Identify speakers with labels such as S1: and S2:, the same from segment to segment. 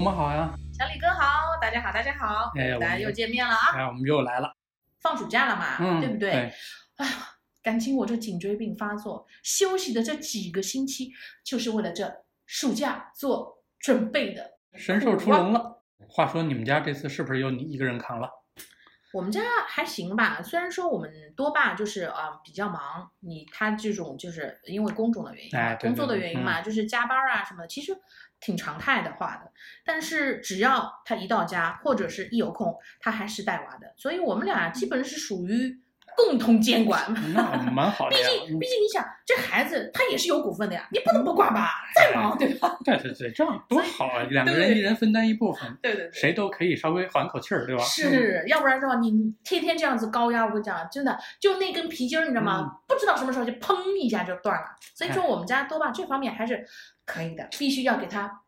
S1: 们好呀！
S2: 小李哥好，大家好，大家好，
S1: 哎
S2: 大
S1: 我
S2: 家
S1: 们
S2: 又见面了啊！
S1: 哎，我们又来了，
S2: 放暑假了嘛，
S1: 嗯，
S2: 对不对？
S1: 对？
S2: 哎呀，感情我这颈椎病发作，休息的这几个星期就是为了这暑假做准备的。
S1: 神兽出笼了。话说你们家这次是不是又你一个人 扛了？
S2: 我们家还行吧，虽然说我们多爸就是啊、比较忙，你他这种就是因为工种的原因嘛、
S1: 哎对
S2: 工作的
S1: 对对
S2: 原因嘛，就是加班啊什么的，其实挺常态的话的。但是只要他一到家或者是一有空，他还是带娃的，所以我们俩基本是属于共同监管。
S1: 那蛮嗯好
S2: 毕
S1: 的呀。嗯
S2: 竟，毕竟你想，这孩子他也是有股份的呀，你不能不管吧？再忙，
S1: 哎
S2: 对吧？
S1: 嗯对对对，这样多好啊！两个人
S2: 对
S1: 一人分担一部分，
S2: 对 对
S1: 谁都可以稍微缓口气儿，对吧？嗯
S2: 是，要不然的话，你天天这样子高压，我跟你讲，真的就那根皮筋儿，你知道吗？
S1: 嗯
S2: 不知道什么时候就砰一下就断了。所
S1: 哎
S2: 以说，我们家多半这方面还是可以的，必须要给他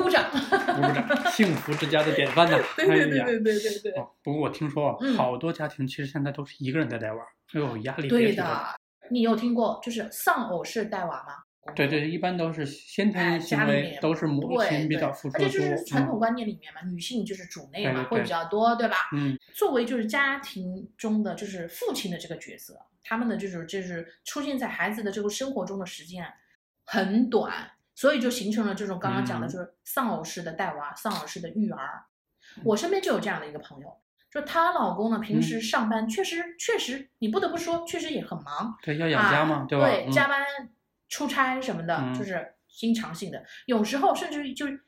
S2: 鼓掌。
S1: 嗯，鼓掌，幸福之家的典范呐！
S2: 对对
S1: 哎
S2: 对
S1: 呀
S2: 对对对对，
S1: 哦不过我听说啊
S2: 嗯
S1: 好多家庭其实现在都是一个人在带娃，哎呦，压力别
S2: 对
S1: 提了。
S2: 的。你有听过就是丧偶式带娃吗？
S1: 对对，一般都是先
S2: 哎
S1: 天行
S2: 家里
S1: 为
S2: 面
S1: 都是母亲
S2: 对
S1: 比
S2: 对，
S1: 较付出
S2: 而
S1: 多。
S2: 且就是传统
S1: 嗯
S2: 观念里面嘛，女性就是主内
S1: 对
S2: 嘛
S1: 对，
S2: 会
S1: 对
S2: 比较多，对吧？
S1: 嗯，
S2: 作为就是家庭中的就是父亲的这个角色，他们的就是就是出现在孩子的这个生活中的时间很短，所以就形成了这种刚刚讲的
S1: 嗯
S2: 就是丧偶式的带娃、丧偶式的育儿。我身边就有这样的一个朋友，就她老公呢，平时上班确实确实，你不得不说，确实也很忙，
S1: 对，要养家嘛，
S2: 啊对
S1: 吧？
S2: 加
S1: 嗯
S2: 班、出差什么的，
S1: 嗯
S2: 就是经常性的，有时候甚至于就是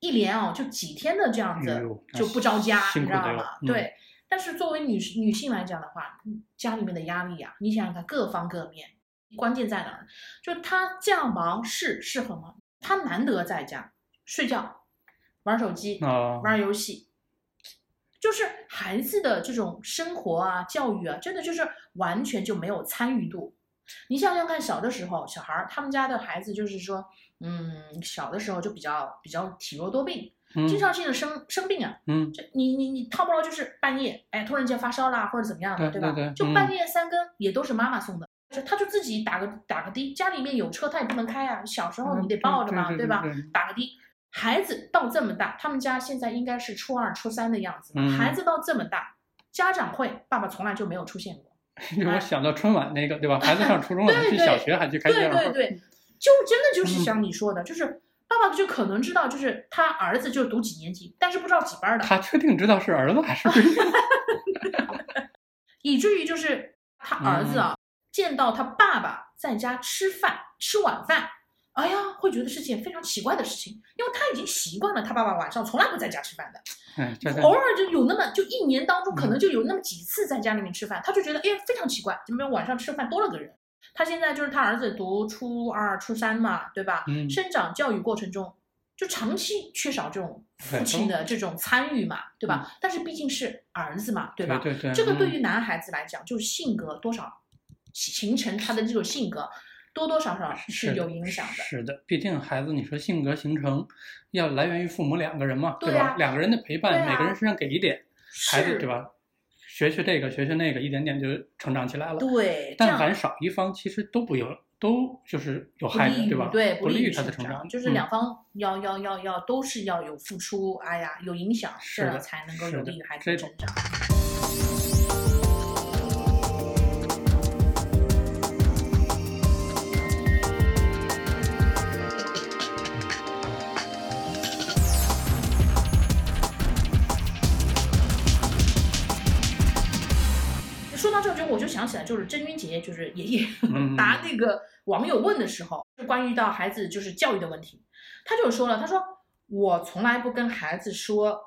S2: 一连哦，就几天的这样子，
S1: 哎呦那
S2: 就不着家，
S1: 辛
S2: 你
S1: 苦
S2: 知
S1: 的
S2: 道
S1: 哟
S2: 吗？
S1: 嗯
S2: 对。但是作为女士女性来讲的话，嗯家里面的压力呀、你想想看，各方各面，关键在哪儿？就她这样忙是是很忙，她难得在家睡觉、玩手机、
S1: 啊，
S2: 玩游戏，就是孩子的这种生活啊、教育啊，真的就是完全就没有参与度。你想想看，小的时候，小孩儿他们家的孩子就是说，嗯，小的时候就比较比较体弱多病，
S1: 嗯
S2: 经常性的生生病啊。
S1: 嗯，
S2: 这你你你套不着就是半夜，哎，突然间发烧啦或者怎么样的，
S1: 对
S2: 吧？
S1: 对嗯对
S2: 就半夜三更也都是妈妈送的，就他就自己打个打个的，家里面有车他也不能开啊，小时候你得抱着嘛，
S1: 嗯对
S2: 吧？？
S1: 对
S2: 打个的。孩子到这么大，他们家现在应该是初二、初三的样子。
S1: 嗯
S2: 孩子到这么大，家长会，爸爸从来就没有出现过。
S1: 因为我想到春晚那个，对吧？孩子上初中了，
S2: 啊对
S1: 去
S2: 对
S1: 小学还去开家
S2: 对
S1: 长会
S2: 对
S1: 儿，
S2: 对，就真的就是
S1: 嗯
S2: 像你说的，就是爸爸就可能知道，就是他儿子就读几年级，但是不知道几班的，
S1: 他确定知道是儿子还是 闺女？
S2: 以至于就是他儿子啊，见到他爸爸在家吃饭吃晚饭，哎呀，会觉得是件非常奇怪的事情，因为他已经习惯了他爸爸晚上从来不在家吃饭的。嗯
S1: 哎，这
S2: 偶
S1: 这
S2: 尔就有那么就一年当中可能就有那么几次在家里面吃饭，他就觉得哎非常奇怪，怎么晚上吃饭多了个人？他现在就是他儿子读初二、初三嘛，对吧？
S1: 嗯
S2: 生长教育过程中就长期缺少这种父
S1: 对
S2: 亲的这种参与嘛，对吧？但是毕竟是儿子嘛，嗯对吧？
S1: 对对，
S2: 这个对
S1: 嗯
S2: 于男孩子来讲，就是性格多少形成他的这种性格，多多少少
S1: 是
S2: 是有影响的。
S1: 是的，毕竟孩子，你说性格形成要来源于父母两个人嘛，
S2: 对
S1: 吧
S2: 啊？
S1: 两个人的陪
S2: 对
S1: 伴，
S2: 啊
S1: 每个人身上给一点，孩子
S2: 是
S1: 对？吧？学学这个，学学那个，一点点就成长起来了。
S2: 对，这
S1: 但
S2: 样
S1: 凡少一方，其实都不有，都就是有
S2: 不
S1: 害的，
S2: 利于
S1: 吧？
S2: 对，
S1: 不利
S2: 利
S1: 于
S2: 于
S1: 他的成
S2: 成
S1: 长，
S2: 就是
S1: 嗯
S2: 两方要要要要都是要有付出，哎呀，有影响，
S1: 是
S2: 这
S1: 的
S2: 样才能够
S1: 是
S2: 有
S1: 的
S2: 利于孩子
S1: 这
S2: 的
S1: 种
S2: 成长。说到这，就我就想起来，就是郑渊洁，就是爷爷
S1: 嗯
S2: 答那个网友问的时候，就关于到孩子就是教育的问题，他就说了，他说我从来不跟孩子说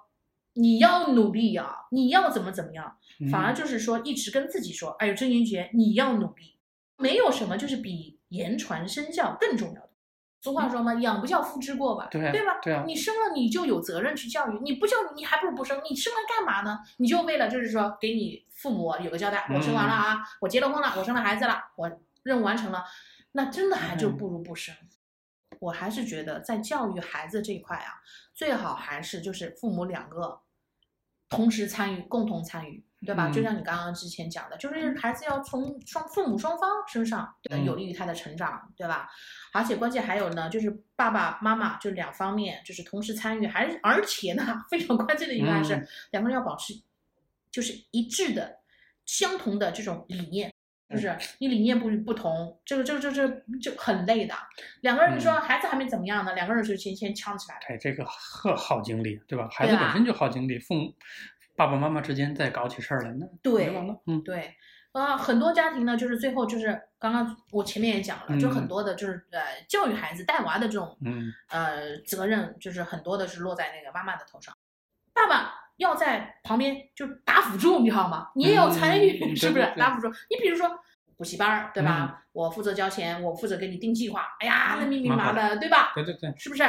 S2: 你要努力啊，你要怎么怎么样，反而
S1: 嗯
S2: 就是说一直跟自己说，哎呦，郑渊洁，你要努力，没有什么就是比言传身教更重要的。俗
S1: 嗯
S2: 话说嘛，养不教父之过吧，
S1: 对啊
S2: 吧？
S1: 对啊
S2: 你生了你就有责任去教育，你不教育你还不如不生，你生来干嘛呢？你就为了就是说给你父母有个交代，我生完了
S1: 嗯
S2: 啊，我结了婚了，我生了孩子了，我任务完成了，那真的还就
S1: 嗯
S2: 不如不生。我还是觉得在教育孩子这一块啊，最好还是就是父母两个同时参与，共同参与，对吧？就
S1: 嗯
S2: 像你刚刚之前讲的，就是孩子要从双父母双方身上，对吧，
S1: 嗯
S2: 有利于他的成长，对吧？而且关键还有呢，就是爸爸妈妈就两方面就是同时参与，还是而且呢， 非常关键的一个还是、
S1: 嗯
S2: 两个人要保持就是一致的、相同的这种理念。
S1: 嗯
S2: 就是你理念不不同，这个这个这个这个很累的。两个人你说
S1: 嗯
S2: 孩子还没怎么样呢，两个人就先先呛起来了。
S1: 哎，这个呵好经历，对吧？孩子
S2: 对啊
S1: 本
S2: 吧
S1: 身就好经历，父母爸爸妈妈之间再搞起事儿来，那
S2: 对
S1: 没完了。嗯，
S2: 对，呃，很多家庭呢，就是最后就是刚刚我前面也讲了，就很
S1: 嗯
S2: 多的就是呃教育孩子带娃的这种
S1: 嗯
S2: 呃责任，就是很多的是落在那个妈妈的头上，爸爸要在旁边就打辅助，你知道吗？你也有参与，
S1: 嗯
S2: 是不
S1: 对对？
S2: 是
S1: 对嗯
S2: 打辅助，你比如说。补习班儿对吧？我负责交钱，我负责给你定计划。哎呀，那密密
S1: 蛮
S2: 麻
S1: 好
S2: 麻的，对吧？
S1: 对对对
S2: 是不是？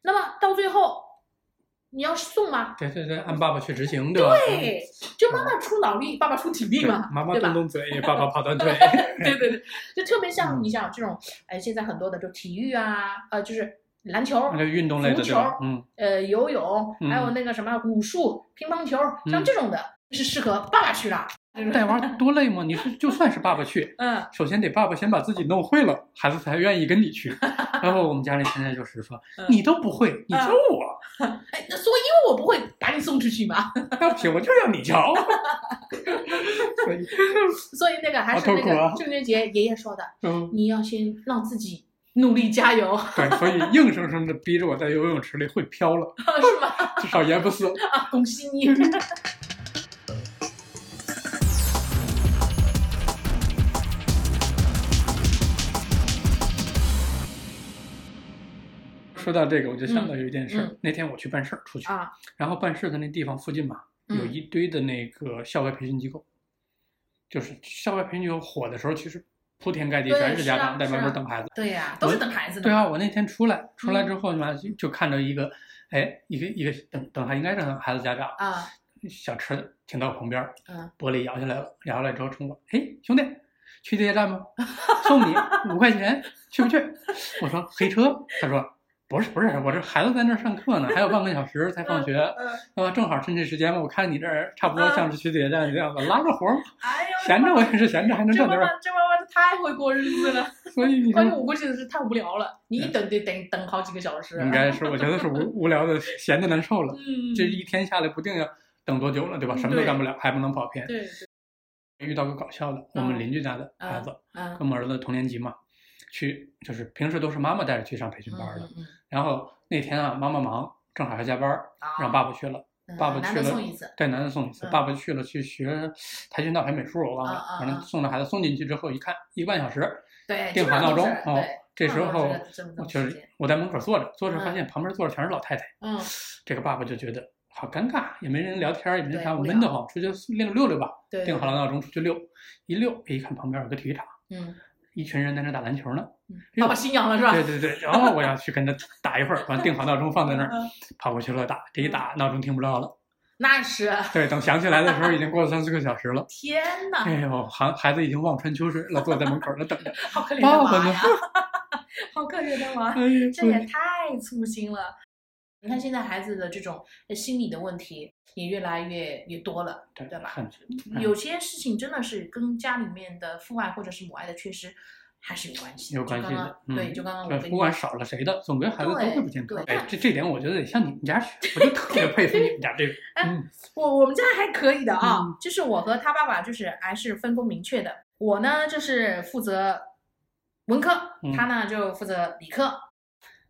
S2: 那么到最后，你要是送吗？
S1: 对对对，按爸爸去执行，对吧？嗯，
S2: 对，就妈妈出脑力，爸爸出体力
S1: 对
S2: 嘛，
S1: 妈妈
S2: 对吧
S1: 动？ 动嘴，爸爸跑断 腿。
S2: 对对对，就特别像
S1: 嗯
S2: 你想这种，哎，现在很多的就体育啊，呃，就是篮球、
S1: 那个运动类的，
S2: 足
S1: 对
S2: 球
S1: 吧？嗯，
S2: 呃，游泳，还有
S1: 嗯
S2: 那个什么武术、乒乓球，像
S1: 嗯
S2: 这种的是适合爸爸去的。就是
S1: 带娃多累吗？你是就算是爸爸去，
S2: 嗯，
S1: 首先得爸爸先把自己弄会了，孩子才愿意跟你 去。然后我们家里现在就是说
S2: 嗯，
S1: 你都不会，你教我，
S2: 哎，那所以因为我不会把你送出去嘛，
S1: 那不行，我就让你教。 所以，
S2: 所以那个还
S1: 好
S2: 是
S1: 痛
S2: 那
S1: 苦
S2: 个
S1: 啊
S2: 郑渊洁爷爷说的，
S1: 嗯，
S2: 你要先让自己努力加油，
S1: 对，所以硬生生的逼着我在游泳池里会飘了，
S2: 是吗？
S1: 至少淹不死。
S2: 啊，恭喜你！
S1: 说到这个，我就想到有一件事儿。
S2: 嗯嗯
S1: 那天我去办事儿，出去，
S2: 啊，
S1: 然后办事的那地方附近嘛，
S2: 嗯
S1: 有一堆的那个校外培训机构，就是校外培训机构火的时候，其实铺天盖地
S2: 对
S1: 全是家
S2: 是啊
S1: 长在
S2: 是啊
S1: 外面等孩子。
S2: 对呀，都是嗯等孩子的
S1: 对
S2: 嘛。
S1: 啊，我那天出来，出来之后嘛，就就看到一个，哎，一个一个等等还应该让孩子家长
S2: 啊，
S1: 小车停到我旁边儿，
S2: 嗯，
S1: 玻璃摇下来了，摇下来之后冲我，哎，兄弟，去地铁站吗？送你五块钱，去不去？我说黑车，他说不是不是，我这孩子在那儿上课呢，还有半个小时才放学，啊、
S2: 嗯，
S1: 正好趁这时间嘛，我看你这儿差不多
S2: 嗯
S1: 像是去地铁站一样的，拉着活儿嘛，
S2: 哎呦，
S1: 闲着我也是闲着，还能
S2: 这
S1: 赚
S2: 妈
S1: 点儿，
S2: 妈这妈妈太会过日子了。
S1: 所以你
S2: 关键
S1: 说。
S2: 我估计是太无聊了，你一等得等等好几个小时。啊
S1: 应该是，我觉得是无无聊的，闲的难受了。
S2: 嗯，
S1: 这一天下来不定要等多久了，对吧？
S2: 嗯
S1: 什么都
S2: 对
S1: 干不了，还不能跑偏。
S2: 对对，
S1: 遇到个搞笑的，我们
S2: 嗯
S1: 邻居家的孩子，
S2: 嗯，
S1: 跟我儿子同年级嘛，去就是平时都是妈妈带着去上培训班的。
S2: 嗯嗯嗯
S1: 然后那天啊，妈妈忙，正好还加班儿，
S2: 啊
S1: 让爸爸去了。
S2: 嗯
S1: 爸爸
S2: 难
S1: 去
S2: 得
S1: 了
S2: 送一次，
S1: 带男的送一次，
S2: 嗯
S1: 爸爸去了去学跆拳道还美术，我忘
S2: 啊啊
S1: 了
S2: 啊。
S1: 反正送的孩子送进去之后，一看一个半小时，
S2: 对，
S1: 定好
S2: 基本上
S1: 闹
S2: 哎都
S1: 钟
S2: 是
S1: 哦
S2: 对。
S1: 这时
S2: 基本上
S1: 候
S2: 都是这么这
S1: 我
S2: 么
S1: 就
S2: 时
S1: 是
S2: 间
S1: 我在门口坐着，坐着发
S2: 嗯
S1: 现旁边坐着全是老太太，
S2: 嗯
S1: 这个爸爸就觉得好尴尬，也没人聊天儿，也没
S2: 对
S1: 啥，
S2: 无
S1: 我
S2: 聊
S1: 闷得慌，出去溜溜溜吧。
S2: 对，
S1: 定好了闹钟出去溜，一溜哎一看旁边有个体育场，
S2: 嗯，
S1: 一群人在那打篮球呢。
S2: 嗯，
S1: 呦
S2: 爸爸心痒了是吧？
S1: 对对对，然后我要去跟他打一会儿，完定好闹钟放在那儿，
S2: 嗯，
S1: 跑过去了打。这一打闹钟听不着 了，
S2: 那是
S1: 对，等想起来的时候已经过了三四个小时了。
S2: 天哪，
S1: 哎呦，孩孩子已经望穿秋水了，坐在门口儿了 等着。
S2: 好可怜
S1: 爸爸
S2: 的娃
S1: 呢
S2: 哎呀，好可怜的娃
S1: 哎，呦，
S2: 这也太粗心了。你看现在孩子的这种呃心理的问题也越来越越多了，
S1: 对
S2: 对吧
S1: 很
S2: 有些事情真的是跟家里面的父爱或者是母爱的缺失还是有关系的。
S1: 有关系
S2: 就刚
S1: 的
S2: 刚，
S1: 嗯，
S2: 对，就刚刚我
S1: 对
S2: 跟你
S1: 不管少了谁的，总归孩子都
S2: 对
S1: 会不健康。
S2: 对
S1: 哎，这这点我觉得得向你们家学，我就特别佩服你们家 这个。
S2: 哎
S1: 嗯
S2: 我我们家还可以的啊，
S1: 嗯
S2: 就是我和他爸爸就是还是分工明确的。我呢就是负责文科，
S1: 嗯
S2: 他呢就负责理科。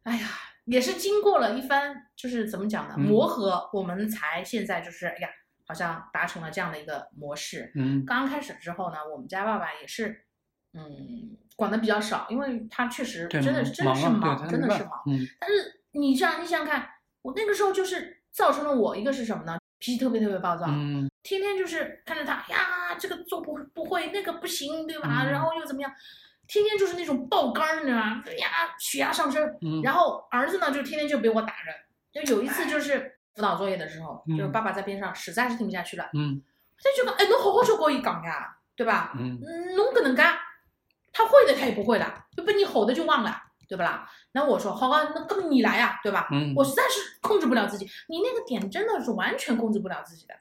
S2: 哎呀，也是经过了一番就是怎么讲呢
S1: 嗯
S2: 磨合，我们才现在就是哎呀，好像达成了这样的一个模式。
S1: 嗯
S2: 刚开始之后呢，我们家爸爸也是，嗯，管的比较少，因为他确实
S1: 对，
S2: 真的是真的
S1: 忙
S2: 是
S1: 啊对
S2: 忙，
S1: 他
S2: 真
S1: 没
S2: 的
S1: 办
S2: 是
S1: 法
S2: 忙。
S1: 嗯
S2: 但是你想，你想想看，我那个时候就是造成了我一个是什么呢？脾气特别特别暴躁，
S1: 嗯，
S2: 天天就是看着他哎呀，这个做不不会，那个不行，对吧？
S1: 嗯
S2: 然后又怎么样？天天就是那种爆肝儿，你知道吗？哎呀，血压上升。
S1: 嗯
S2: 然后儿子呢，就天天就被我打着。就有一次就是辅导作业的时候，就是
S1: 嗯
S2: 爸爸在边上实在是听不下去了，
S1: 嗯
S2: 他就讲：“哎，侬好好叫我伊讲呀，对吧？
S1: 嗯
S2: 嗯，侬搿能介，他会的他也不会了，就被你吼的就忘了，对不啦？那我说好啊，那根本你来呀，对吧？
S1: 嗯，
S2: 我实在是控制不了自己，你那个点真的是完全控制不了自己的。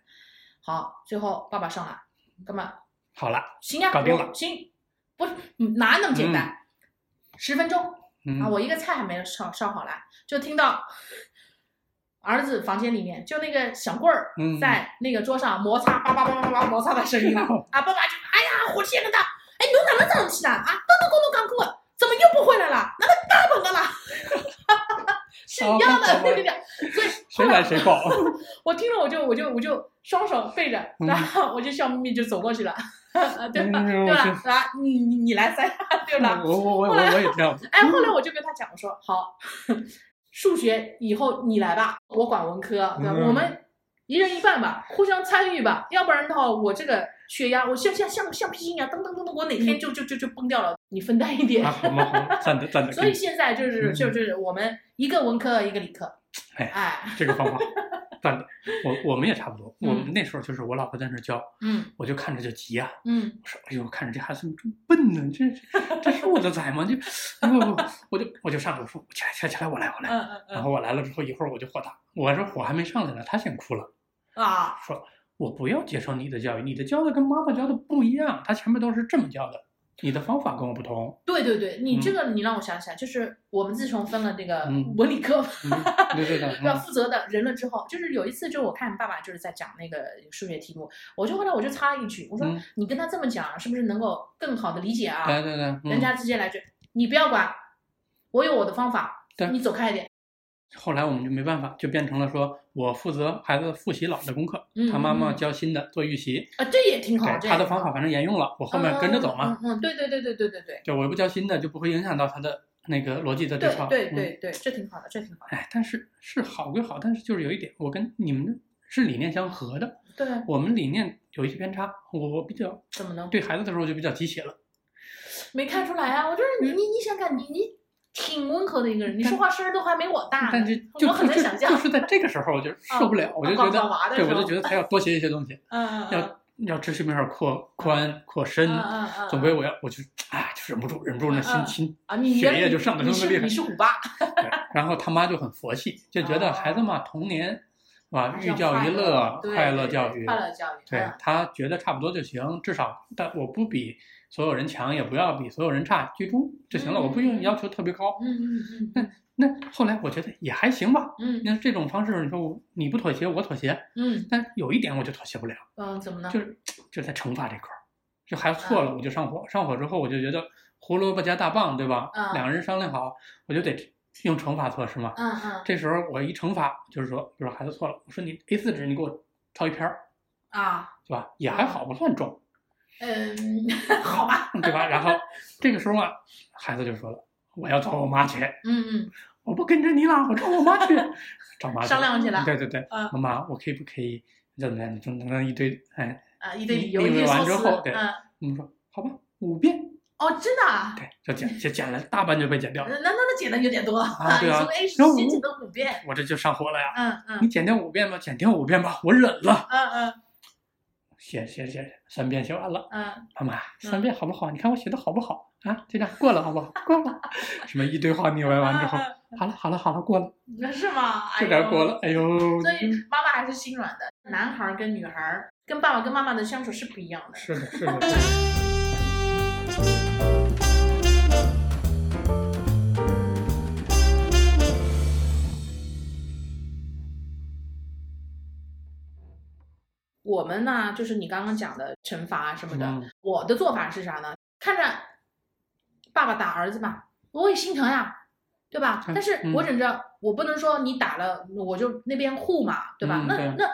S2: 好，最后爸爸上来，干嘛？
S1: 好了，
S2: 行呀，
S1: 搞定
S2: 我
S1: 了
S2: 行，不是哪那么简单？十分钟
S1: 嗯，
S2: 啊，我一个菜还没烧烧好来，就听到儿子房间里面就那个小棍儿
S1: 嗯
S2: 在那个桌上摩擦，叭叭叭叭叭摩擦的声 音了啊！爸爸就哎呀，火气也很大，哎，侬哪能这样去的啊？刚刚刚刚过，怎么又不回来了？ 哪能打本的啦？是一样的那个，所以
S1: 谁来谁爆。
S2: 我听了我就我就我就双手背着，
S1: 嗯
S2: 然后我就笑眯眯就走过去了， 对吧？
S1: 嗯
S2: 对
S1: 我
S2: 吧？来，你你你来塞， 对吧？
S1: 我我我我我也这样 子。
S2: 哎，后来我就跟他讲，我说好， 数学以后你来吧，我管文科，对吧？
S1: 嗯
S2: 我们一人一半吧，互相参与吧，要不然的话，我这个血压，我像像像橡皮筋一样，噔噔噔噔，我哪天就就就就崩掉了，你分担一点。
S1: 嗯啊，好嘛好，赞的赞的，
S2: 所以现在就是
S1: 嗯
S2: 就是我们一个文科一个理科，
S1: 哎
S2: 哎，
S1: 这个方 法赞的。我我们也差不多，
S2: 嗯
S1: 我们那时候就是我老婆在那儿教，
S2: 嗯
S1: 我就看着就急呀、
S2: 嗯
S1: 我说哎呦，看着这孩子这么笨呢，这这这是我的崽吗？这不不，我就我就上楼说起来起来起来，我来我
S2: 嗯
S1: 来。
S2: 嗯
S1: 然
S2: 嗯
S1: 后我来了之后，一会儿我就火大，我说火还没上来呢，他先哭了，
S2: 啊，
S1: 说我不要接受你的教育，你的教的跟妈妈教的不一样，他前面都是这么教的，你的方法跟我不同。
S2: 对对对，你
S1: 嗯
S2: 这个你让我想起来，就是我们自从分了这个
S1: 嗯
S2: 文理科。
S1: 嗯、对对对，
S2: 要
S1: 嗯
S2: 负责的人了之后，就是有一次，就是我看爸爸就是在讲那个数学题目，我就后来我就插一句，我说、
S1: 嗯
S2: 你跟他这么讲，是不是能够更好的理解啊？
S1: 对对对，嗯
S2: 人家直接来句，你不要管，我有我的方法
S1: 对，
S2: 你走开一点。
S1: 后来我们就没办法，就变成了说我负责孩子复习老的功课，
S2: 嗯
S1: 他妈妈
S2: 嗯嗯
S1: 教新的做预习，
S2: 啊，这也挺好，
S1: 对
S2: 这啊
S1: 他的方法反正沿用了，我后面跟着走嘛，
S2: 嗯嗯嗯，对对对对对对对。
S1: 就我又不教新的，就不会影响到他的那个逻辑的对
S2: 对
S1: 抗。
S2: 对
S1: 嗯
S2: 对对，这挺好的，这挺好的。
S1: 哎，但是是好归好，但是就是有一点，我跟你们是理念相合的，
S2: 对，
S1: 我们理念有一些偏差。我我比较
S2: 怎么能
S1: 对孩子的时候就比较急切了，
S2: 没看出来啊？我就是你你你想想，你你挺温和的一个人，你说话声儿都还没我大呢，
S1: 但是就
S2: 啊我很
S1: 就
S2: 难
S1: 是
S2: 想象啊
S1: 就。是在这个时候我就受不了，我就觉
S2: 搞
S1: 得，
S2: 娃的
S1: 对
S2: 时
S1: 我
S2: 候
S1: 就觉得他要多学一些东 西，
S2: 嗯嗯嗯
S1: 要要知识面儿扩宽扩深。
S2: 嗯嗯嗯，
S1: 总归我要，我就哎，就忍不住，忍不住那
S2: 嗯
S1: 心
S2: 嗯
S1: 心。
S2: 啊，你
S1: 血
S2: 原
S1: 液
S2: 来
S1: 就上得
S2: 你
S1: 那么
S2: 是
S1: 厉害
S2: 你是虎爸，
S1: 对然后他妈就很佛系，就觉得
S2: 哦
S1: 孩子嘛，童年是吧，
S2: 还是
S1: 寓
S2: 要
S1: 教于
S2: 快
S1: 乐，
S2: 对
S1: 快乐
S2: 对
S1: 教
S2: 对
S1: 育，
S2: 快乐教育，
S1: 对
S2: 嗯
S1: 他觉得差不多就行，至少但我不比所有人强，也不要比所有人差，居中就行了。我不用要求特别高。
S2: 嗯嗯嗯
S1: 那后来我觉得也还行吧。
S2: 嗯
S1: 那这种方式，你说我你不妥协，我妥协，
S2: 嗯
S1: 但有一点我就妥协不了，
S2: 嗯，怎么呢？
S1: 就是就在惩罚这块儿，就
S2: 嗯
S1: 孩子错了我就上火，上火之后我就觉得胡萝卜加大棒，对吧？
S2: 嗯
S1: 两个人商量好，我就得用惩罚措施嘛。
S2: 嗯嗯
S1: 这时候我一惩罚，就是说，比如说孩子错了，我说你 A 4纸你给我抄一篇儿，
S2: 啊，
S1: 对吧？也还好，不算重。
S2: 嗯， 好吧，
S1: 对吧？ 然后这个时候啊，孩子就说了：“我要找我妈去，
S2: 嗯
S1: 我不跟着你了，我找我妈 去，找妈
S2: 嗯，
S1: 去
S2: 商量起来
S1: 对对对，
S2: 嗯
S1: 妈妈，我可以不可以？怎么样？怎么样？一堆哎，
S2: 啊，一堆理由，
S1: 你
S2: 一
S1: 你
S2: 堆
S1: 完
S2: 说
S1: 之
S2: 辞
S1: 后，对
S2: 嗯，
S1: 我们说好吧，五遍，
S2: 哦，真的啊，
S1: 对，就剪就剪了大半就被剪掉了，
S2: 那那那剪的有点多
S1: 啊对
S2: 你
S1: 啊
S2: 从 A
S1: 然后
S2: 先
S1: 我
S2: 剪到五遍，
S1: 我这就上火了呀！
S2: 嗯
S1: 你
S2: 嗯
S1: 剪掉五遍吧，剪掉五遍吧，我忍了，
S2: 嗯嗯
S1: 写写写三遍写完了。”
S2: 嗯，
S1: 妈妈，三遍好不好？你看我写的好不好啊？就这样过了好不好？过了， 什么一堆话腻歪完之后，
S2: 嗯
S1: 好了好了好了，过了，
S2: 嗯是吗？哎
S1: 就这样
S2: 呦
S1: 过了。哎呦，
S2: 所以妈妈还是心软的，男孩儿跟女孩儿跟爸爸跟妈妈的相处是不一样的。
S1: 是的， 是的，是的。
S2: 我们呢，就是你刚刚讲的惩罚什么的，
S1: 嗯
S2: 我的做法是啥呢？看着爸爸打儿子嘛，我也心疼呀，对吧？
S1: 嗯
S2: 但是我忍着，我不能说你打了我就那边护嘛，对吧？
S1: 嗯
S2: 那
S1: 对
S2: 那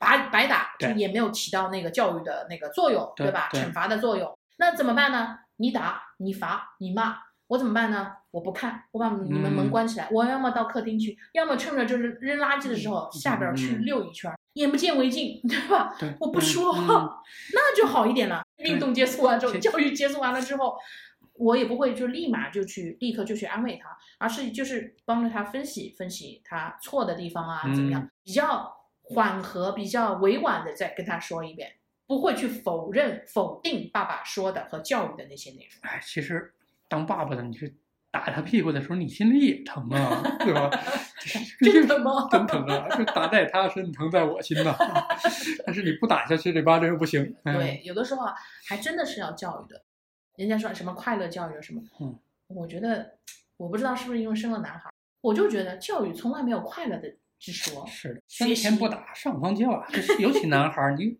S2: 白白打就
S1: 对
S2: 也没有起到那个教育的那个作用，
S1: 对
S2: 吧？
S1: 对
S2: 惩罚的作用，那怎么办呢？你打，你罚，你骂，我怎么办呢？我不看，我把你们门
S1: 嗯
S2: 关起来，我要么到客厅去，要么趁着就是扔垃圾的时候下边儿去
S1: 嗯
S2: 溜一圈儿，眼不见为净， 对吧？
S1: 对，
S2: 我不说，
S1: 嗯嗯
S2: 那就好一点了。运动接触完之后，
S1: 对
S2: 教育接触完了之后，我也不会就立马就去立刻就去安慰他，而是就是帮着他分析分析他错的地方啊，
S1: 嗯
S2: 怎么样，比较缓和、比较委婉的再跟他说一遍，不会去否 认、否定爸爸说的和教育的那些内容。
S1: 哎，其实当爸爸的，你去打他屁股的时候，你心里也疼啊，对吧？
S2: 真的吗？
S1: 真疼啊！就打在他身，疼在我心呐。 但是你不打下去，这巴真是不行。嗯、
S2: 对，有的时候啊，还真的是要教育的。人家说什么快乐教育什么，
S1: 嗯，
S2: 我觉得我不知道是不是因为生了男孩，我就觉得教育从来没有快乐的之说。
S1: 是的，
S2: 学
S1: 三
S2: 习
S1: 天不打上房教啊，这是尤其男孩儿，你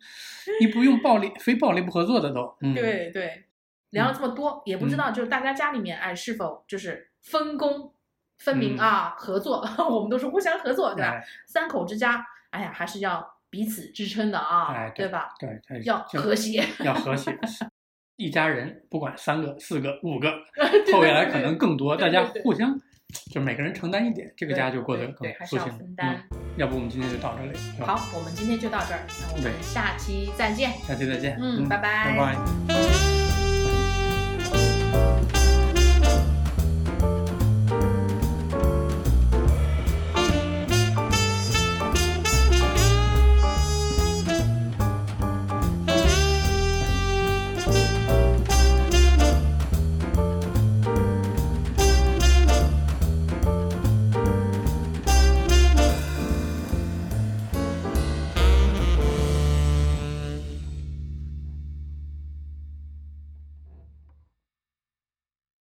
S1: 你不用暴力，非暴力不合作的都。嗯、，
S2: 对对，聊了这么多，也不知道就是大家家里面哎是否就是分工分明
S1: 嗯
S2: 啊，合作， 我们都是互相合作，对吧？
S1: 哎
S2: 三口之家，哎呀，还是要彼此支撑的啊，
S1: 哎
S2: 对
S1: 对
S2: 吧？
S1: 对对，
S2: 要
S1: 就
S2: 和谐，
S1: 要和谐。一家人不管三个、四个、五个，
S2: 对
S1: 后
S2: 对
S1: 未来可
S2: 对对
S1: 能更多，
S2: 对
S1: 大
S2: 对
S1: 家
S2: 对
S1: 互相就每个人承担一点，这个
S2: 对
S1: 家就过得
S2: 对
S1: 更
S2: 对还是
S1: 舒
S2: 要
S1: 心。
S2: 分
S1: 嗯
S2: 担，。
S1: 要不我们今天就到这里，是吧
S2: 好，我们今天就到这儿，那我们
S1: 对
S2: 下期再见。
S1: 下期再见，
S2: 嗯拜
S1: 拜
S2: 拜
S1: 拜。
S2: 嗯